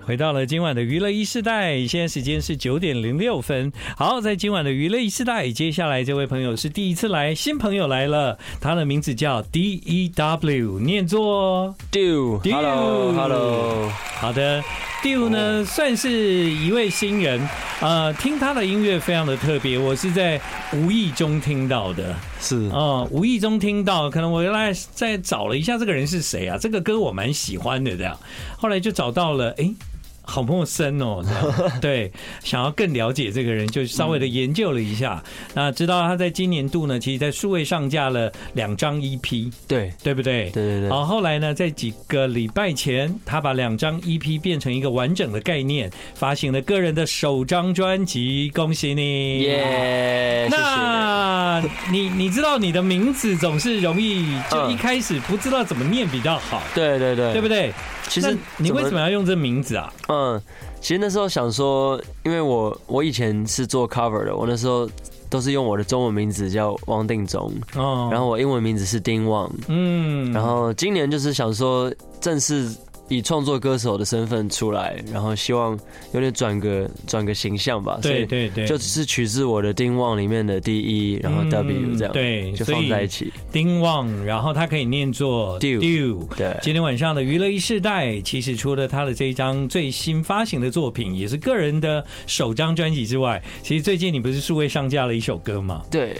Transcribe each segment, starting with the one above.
回到了今晚的娱乐一世代，现在时间是九点零六分。好，在今晚的娱乐一世代，接下来这位朋友是第一次来，新朋友来了，他的名字叫 D E W，念作 Dew Do，Hello，Hello，好的。Diu 呢，算是一位新人，呃，听他的音乐非常的特别，我是在无意中听到的，是哦，无意中听到，可能我原来再找了一下这个人是谁啊，这个歌我蛮喜欢的这样，后来就找到了，诶，好陌生哦，这 样对，想要更了解这个人，就稍微的研究了一下，那知道他在今年度呢，其实在数位上架了两张 EP，对，对不对？对对对，好，后来呢，在几个礼拜前，他把两张 EP 变成一个完整的概念，发行了个人的首张专辑，恭喜你！耶，谢哎谢。那你你知道你的名字总是容易就嗯一开始不知道怎么念比较好，对对对，对不对？对？哎其实那你为什么要用这名字啊？嗯，其实那时候想说，因为我我以前是做 cover 的，我那时候都是用我的中文名字叫汪定中，哦，然后我英文名字是丁旺，嗯，然后今年就是想说正式以创作歌手的身份出来，然后希望有点转个转个形象吧，所对以对对，就只是取自我的丁旺里面的 D E，然后嗯 W 这样，对就所以放在一起，丁旺，然后它可以念作 Dew Dew 对。今天晚上的娱乐一世代，其实除了他的这一张最新发行的作品，也是个人的首张专辑之外，其实最近你不是数位上架了一首歌吗？对，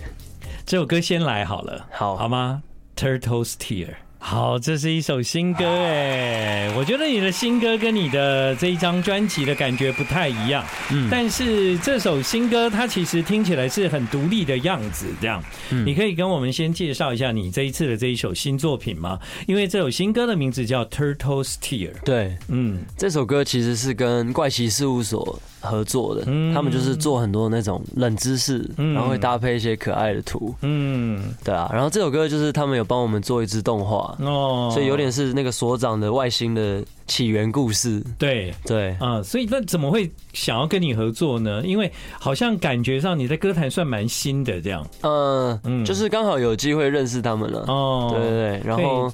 这首歌先来好了，好好吗？Turtles Tear。好，这是一首新歌啊哎，我觉得你的新歌跟你的这一张专辑的感觉不太一样，嗯但是这首新歌它其实听起来是很独立的样子，这样，嗯你可以跟我们先介绍一下你这一次的这一首新作品吗？因为这首新歌的名字叫 Turtles Tear，对，嗯这首歌其实是跟怪奇事务所合作的，嗯他们就是做很多那种冷知识，嗯然后会搭配一些可爱的图，嗯，对啊。然后这首歌就是他们有帮我们做一支动画，哦，所以有点是那个所长的外星的起源故事，对。对。啊、所以那怎么会想要跟你合作呢？因为好像感觉上你在歌坛算蛮新的这样嗯嗯，就是刚好有机会认识他们了，哦。对对对。然后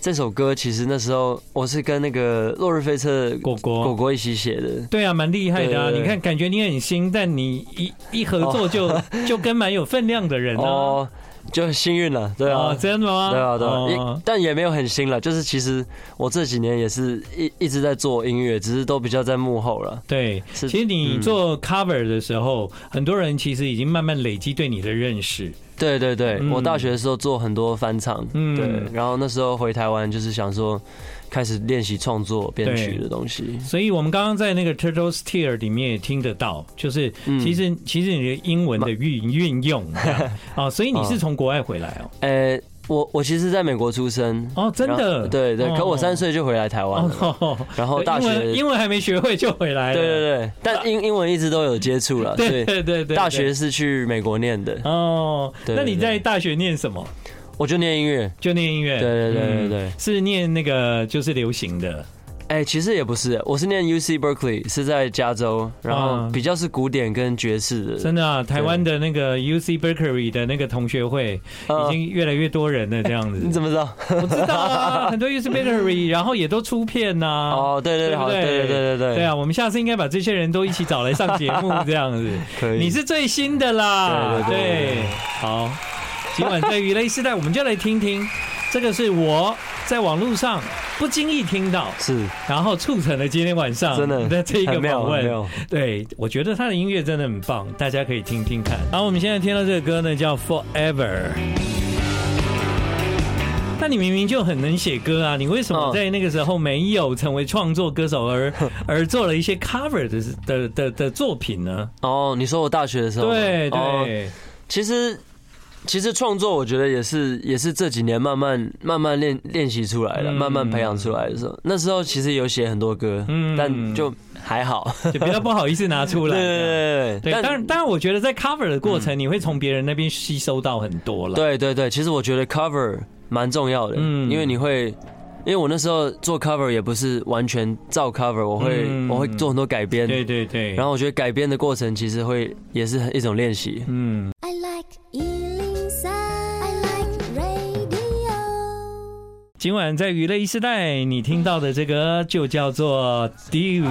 这首歌其实那时候我是跟那个落日飞车的果果果果一起写的，对啊，蛮厉害的啊！对对对你看，感觉你很新，但你一一合作就、 就跟蛮有分量的人啊。哦，就很幸运了，对啊哦，真的吗？对啊，对啊，也哦但也没有很新了，就是其实我这几年也是一一直在做音乐，只是都比较在幕后了。对，是嗯其实你做 cover 的时候，很多人其实已经慢慢累积对你的认识。对对对，嗯我大学的时候做很多翻唱，嗯对，然后那时候回台湾就是想说开始练习创作编曲的东西。所以我们刚刚在那个 Turtles Tear 里面也听得到，就是嗯其实、其实你的英文的运运 用这样哦，所以你是从国外回来哦。呃，我我其实在美国出生，哦，真然的后，对对，可我三岁岁就回来台湾了。哦， 然后大学英文英文还没学会就回来了，对对对，但英英文一直都有接触了，所对以对对对，大学是去美国念的， 哦，对那你对在大学念什么？我就念音乐。就念音乐，对对对对嗯对是念那个就是流行的，哎、其实也不是，我是念 U C Berkeley，是在加州，然后嗯比较是古典跟爵士的。真的啊，台湾的那个 U C Berkeley 的那个同学会嗯已经越来越多人了，这样子 你，怎么知 道？我知道啊，很多 U C Berkeley，然 后也都出片呐，哦，对对对对，不好，对对对对对对，对啊，我们下次应该把这些人都一起找来上节 目，这样子。可以。你是最新的啦，对对对对对好，今晚在娱乐时代，我们就来听听，这个是我在网络上不经意听到，是然后促成了今天晚上真的的啊这一个很妙访很问妙。对，我觉得他的音乐真的很棒，大家可以听听看。然后我们现在听到这个歌呢，叫《Forever》。那你明明就很能写歌啊，你为什么嗯在那个时候没有成为创作歌手 而，而做了一些 cover 的的的的作品呢？哦，你说我大学的时候吗，对哦，对，其实其实创作我觉得也是也是这几年慢慢慢慢练练习出来的，嗯慢慢培养出来的时候，那时候其实有写很多歌，嗯但就还好。就比较不好意思拿出 对来。啊对对对，但嗯当然，当然，我觉得在 cover 的过程，你会从别人那边吸收到很多了。对对对，其实我觉得 cover 蛮重要的，嗯因为你会，因为我那时候做 cover 也不是完全照 cover，我会、嗯我会做很多改编，对对对，然后后我觉得改编的过程其实会也是一种练习，嗯。 I like Ealing Sound. I like radio. 今晚在娱乐一时代，你听到的这个就叫做 Dew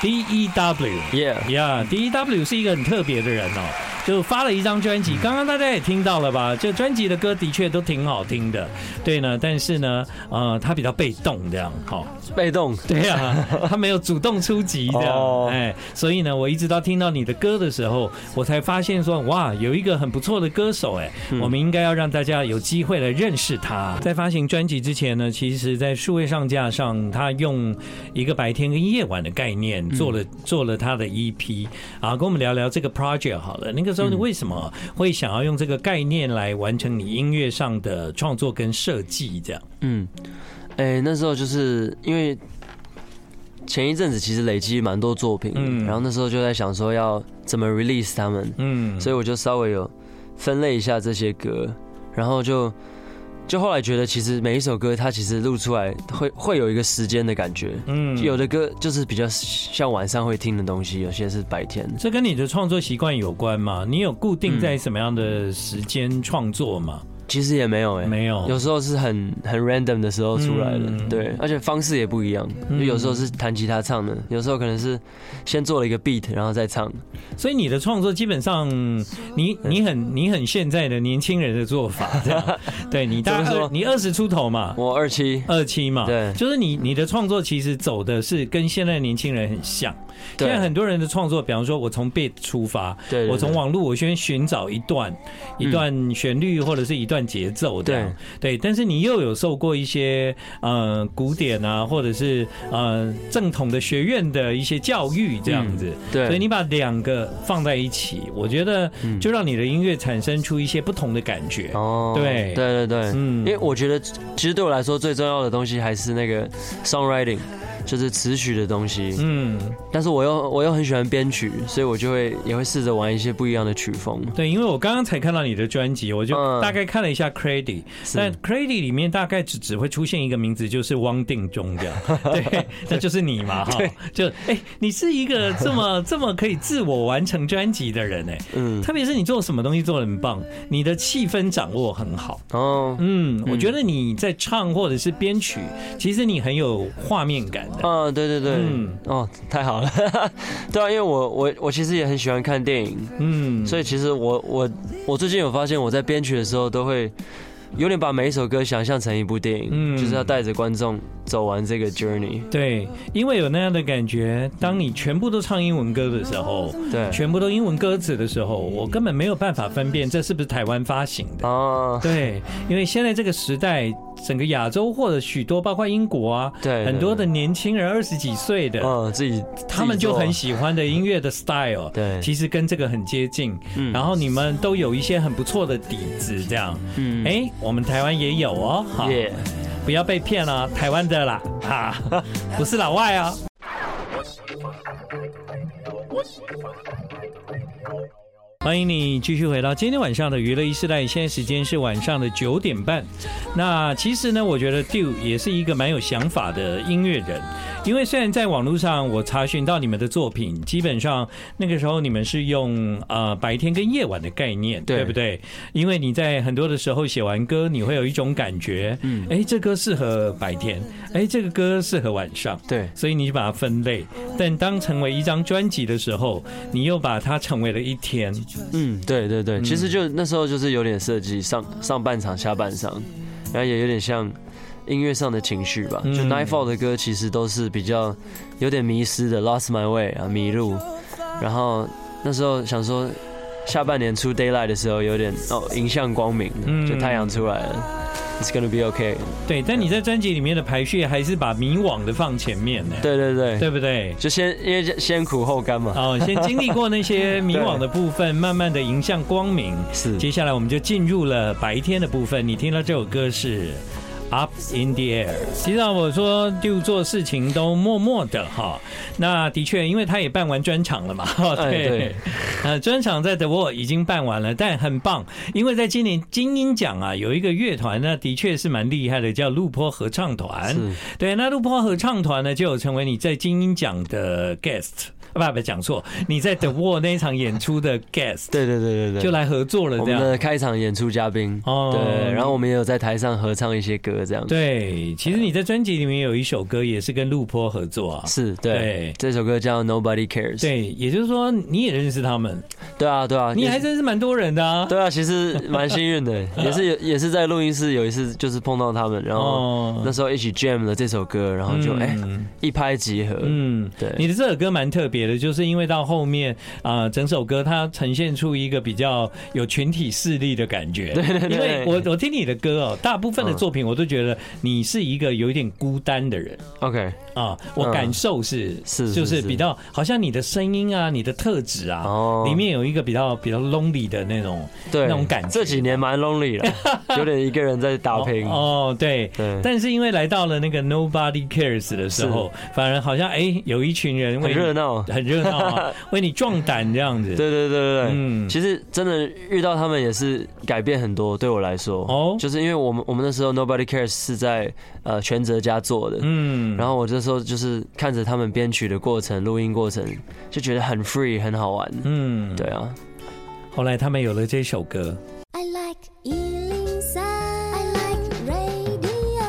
D E W。 ，Yeah，呀、d E W 是一个很特别的人哦，就发了一张专辑。刚刚大家也听到了吧？就专辑的歌的确都挺好听的，对呢。但是呢，呃，他比较被动这样，好、被动 对呀、他没有主动出击这样，哦哎，所以呢，我一直到听到你的歌的时候，我才发现说，哇，有一个很不错的歌手，哎，我们应该要让大家有机会来认识他。在发行专辑之前呢，其实，在数位上架上，他用一个白天跟夜晚的概念做了、做了他的 EP 啊，跟我们聊聊这个 project 好了。那个时候你为什么会想要用这个概念来完成你音乐上的创作跟设计？这样，嗯，哎、那时候就是因为前一阵子其实累积蛮多作品，嗯嗯，然后那时候就在想说要怎么 release 他们，嗯，所以我就稍微有分类一下这些歌，然后就就后来觉得其实每一首歌它其实录出来会会有一个时间的感觉，嗯有的歌就是比较像晚上会听的东西，有些是白天的。这跟你的创作习惯有关吗？你有固定在什么样的时间创作吗？其实也没有哎、没有有时候是很很 random 的时候出来的，嗯对，而且方式也不一样，嗯就有时候是弹吉他唱的，有时候可能是先做了一个 beat 然后再唱，所以你的创作基本上，你你很你很现在的年轻人的做法，这 样对你大概怎么二说你二十出头嘛，我二期，二七嘛，对就是你你的创作其实走的是跟现在的年轻人很像。现对在很多人的创作，比方说我从 beat 出发，对对对嗯我从网络我先寻找一段一段旋律或者是一段节奏这样，对。但是你又有受过一些呃古典啊，或者是呃正统的学院的一些教育这样子，嗯对嗯所以你把两个放在一起，我觉得就让你的音乐产生出一些不同的感觉。哦，对对对对，嗯因为我觉得其实对我来说最重要的东西还是那个 songwriting，就是词曲的东西，嗯，但是我又我又很喜欢编曲，所以我就会也会试着玩一些不一样的曲风，对，因为我刚刚才看到你的专辑，我就嗯大概看了一下 credit，、是但 Crazy 里面大概只只会出现一个名字，就是汪定中 这样，对，那就是你嘛哈。就哎、你是一个这 么这么可以自我完成专辑的人哎、嗯，特别是你做什么东西做的很棒，你的气氛掌握很好。哦，嗯，我觉得你在唱或者是编曲，其实你很有画面感的。啊，对对对，嗯哦，太好了， 对啊，因为我我我其实也很喜欢看电影，嗯，所以其实我我我最近有发现，我在编曲的时候都会有点把每一首歌想象成一部电影，嗯就是要带着观众走完这个 journey，对，因为有那样的感觉，当你全部都唱英文歌的时候，对，全部都英文歌词的时候，我根本没有办法分辨这是不是台湾发行的。啊，对，因为现在这个时代，整个亚洲或者许多，包括英国啊，对对很多的年轻人二十几岁的，嗯，自己他们就很喜，喜欢的音乐的 style，对其实跟这个很接近。嗯然后你们都有一些很不错的底子，这样。嗯，哎，我们台湾也有哦，哈，耶，不要被骗了，台湾的啦，哈，不是老外啊。欢迎你继续回到今天晚上的娱乐一时代，现在时间是晚上的九点半。那其实呢，我觉得 Dew 也是一个蛮有想法的音乐人，因为虽然在网络上我查询到你们的作品，基本上那个时候你们是用呃白天跟夜晚的概念，对对不对？因为你在很多的时候写完歌，你会有一种感觉，嗯，哎，这歌适合白天，哎，这个歌适合晚上，对，所以你就把它分类。但当成为一张专辑的时候，你又把它成为了一天。嗯，对对对，其实就那时候就是有点设计上上半场、下半场，然后也有点像音乐上的情绪吧。就嗯 Nightfall 的歌其实都是比较有点迷失的，Lost My Way 啊，迷路。然后那时候想说，下半年出 Daylight 的时候有点哦，迎向光明，嗯就太阳出来了。It's gonna be okay。对，但你在专辑里面的排序还是把迷惘的放前面呢，对对对，对不对？就先因为先苦后甘嘛。哦，先经历过那些迷惘的部分，慢慢的迎向光明。是接下来我们就进入了白天的部分。你听到这首歌是《Up in the Air》。其实啊我说就做事情都默默的哈，那的确，因为他也办完专场了嘛， 哈哎对对，呃，专场在德国已经办完了，但很棒，因为在今年金鹰奖啊，有一个乐团呢，的确是蛮厉害的，叫路坡合唱团是。对，那路坡合唱团呢，就有成为你在金鹰奖的 guest。啊不不讲错，你在 The Wall 那一场演出的 guest 对对对对对，就来合作了我这们的样。开场演出嘉宾，哦对，然后我们也有在台上合唱一些歌，这样，，对，其实你在专辑里面有一首歌也是跟陆坡合作啊。是，对对，这首歌叫 Nobody Cares，，对，也就是说你也认识他们，对啊，对啊，你也还是真是蛮多人的啊。对啊，其实蛮幸 运的，也是有也是在录音室有一次就是碰到他们，然后哦啊那时候一起 jam 了这首歌，然后就哎、嗯一拍即合，嗯，对你的这首歌蛮特别的，就是因为到后面啊、呃整首歌它呈现出一个比较有群体势力的感觉。对 对对因为我我听你的歌哦，大部分的作品我都觉得你是一个有一点孤单的人，OK，啊，我嗯感受是、是是就是是比较好像你的声音啊，你的特质啊，哦里面有一个比较比较 lonely 的那种对，那种感觉这几年蛮 lonely 了，有点一个人在打拼，哦哦，对。对，但是因为来到了那个 nobody cares 的时候，反而好像哎、有一群人为很你热闹，很热闹啊， 为你壮胆这样子。对对对对对，嗯其实真的遇到他们也是改变很多，对我来说，哦就是因为我们我们那时候 Nobody Cares 是在呃全哲家做的，嗯，然后我这时候就是看着他们编曲的过程、录音过程，就觉得很 free，很好玩。嗯，对啊，后来他们有了这首歌， I like Ealing Sound. I like radio.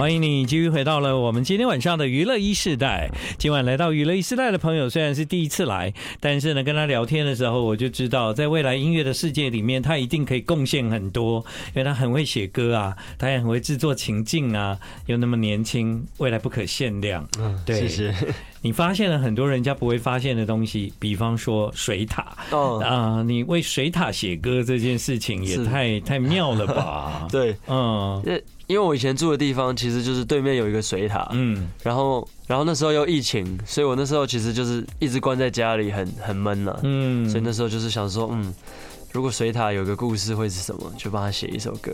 欢迎你继续回到了我们今天晚上的娱乐一世代。今晚来到娱乐一世代的朋友，虽然是第一次来，但是呢，跟他聊天的时候，我就知道，在未来音乐的世界里面，他一定可以贡献很多，因为他很会写歌啊，他也很会制作情境啊，又那么年轻，未来不可限量。嗯，对谢谢。你发现了很多人家不会发现的东西，比方说水塔。哦，啊、你为水塔写歌这件事情也是？太太妙了吧对，嗯因为因为我以前住的地方其实就是对面有一个水塔，嗯然后然后那时候又疫情，所以我那时候其实就是一直关在家里很，很闷了、啊嗯，所以那时候就是想说，嗯，如果水塔有个故事会是什么，就帮他写一首歌。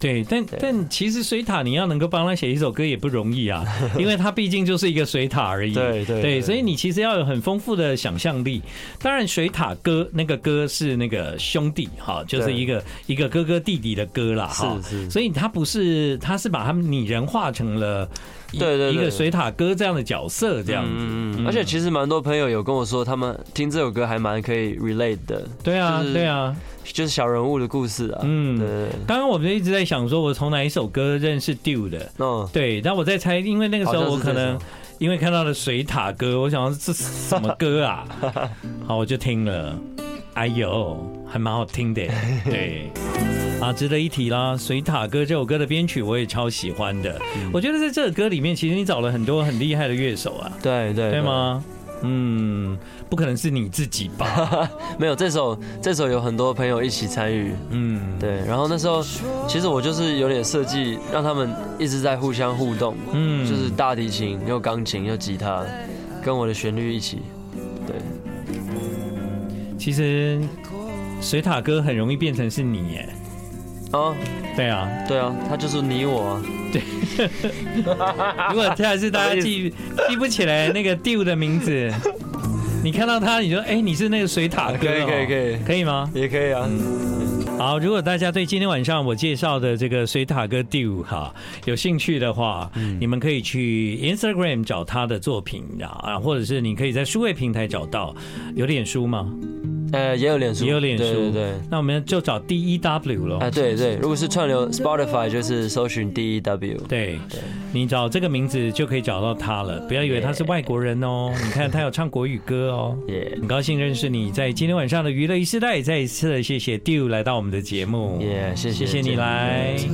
对，但对但其实水塔你要能够帮他写一首歌也不容易 啊，因为他毕竟就是一个水塔而已。对对对，对所以你其实要有很丰富的想象力。当然，水塔哥那个哥是那个兄弟哈，就是对一个一个哥哥弟弟的哥啦哈。是是所以他不是，他是把他们拟人化成了一对对对一个水塔哥这样的角色这样子。嗯嗯，而且其实蛮多朋友有跟我说，他们听这首歌还蛮可以 relate 的，对啊就，是对啊，就是小人物的故事啊。嗯对对对，刚刚我们就一直在想说，我从哪一首歌认识 Dew 的？哦，对，但我在猜，因为那个时候好像我是这可能首因为看到了水塔歌，我想说这是什么歌啊？ 好，我就听了，哎呦，还蛮好听 的，对。啊，值得一提啦，《水塔歌》这首歌的编曲我也超喜欢的。嗯我觉得在这首歌里面，其实你找了很多很厉害的乐手啊，对对 对？吗？嗯，不可能是你自己吧？没有，这首这首有很多朋友一起参与，嗯，对。然后那时候其实我就是有点设计，让他们一直在互相互动，嗯就是大提琴又钢琴又吉他，跟我的旋律一起，对，其实水塔歌很容易变成是你耶。哦，对啊，对啊，他就是你我啊， 如果下次大家记记不起来那个 Diu 的名 字，你看到他你就哎、你是那个水塔哥、哦，可以可以可以可以吗？也可以啊，好，如果大家对今天晚上我介绍的这个水塔哥 Diu 哈有兴趣的话，嗯你们可以去 Instagram 找他的作品啊，或者是你可以在数位平台找到，有脸书吗？呃，也有脸书，也有脸书，对对对。那我们就找 D E W 咯。啊，对对，如果是串流 Spotify 就是搜寻 D E W，对，你找这个名字就可以找到他了。不要以为他是外国人 哦，你看他有唱国语歌哦。耶很高兴认识你，在今天晚上的娱乐一时代，再一次地谢谢 Dew 来到我们的节目，耶，谢谢谢谢你来。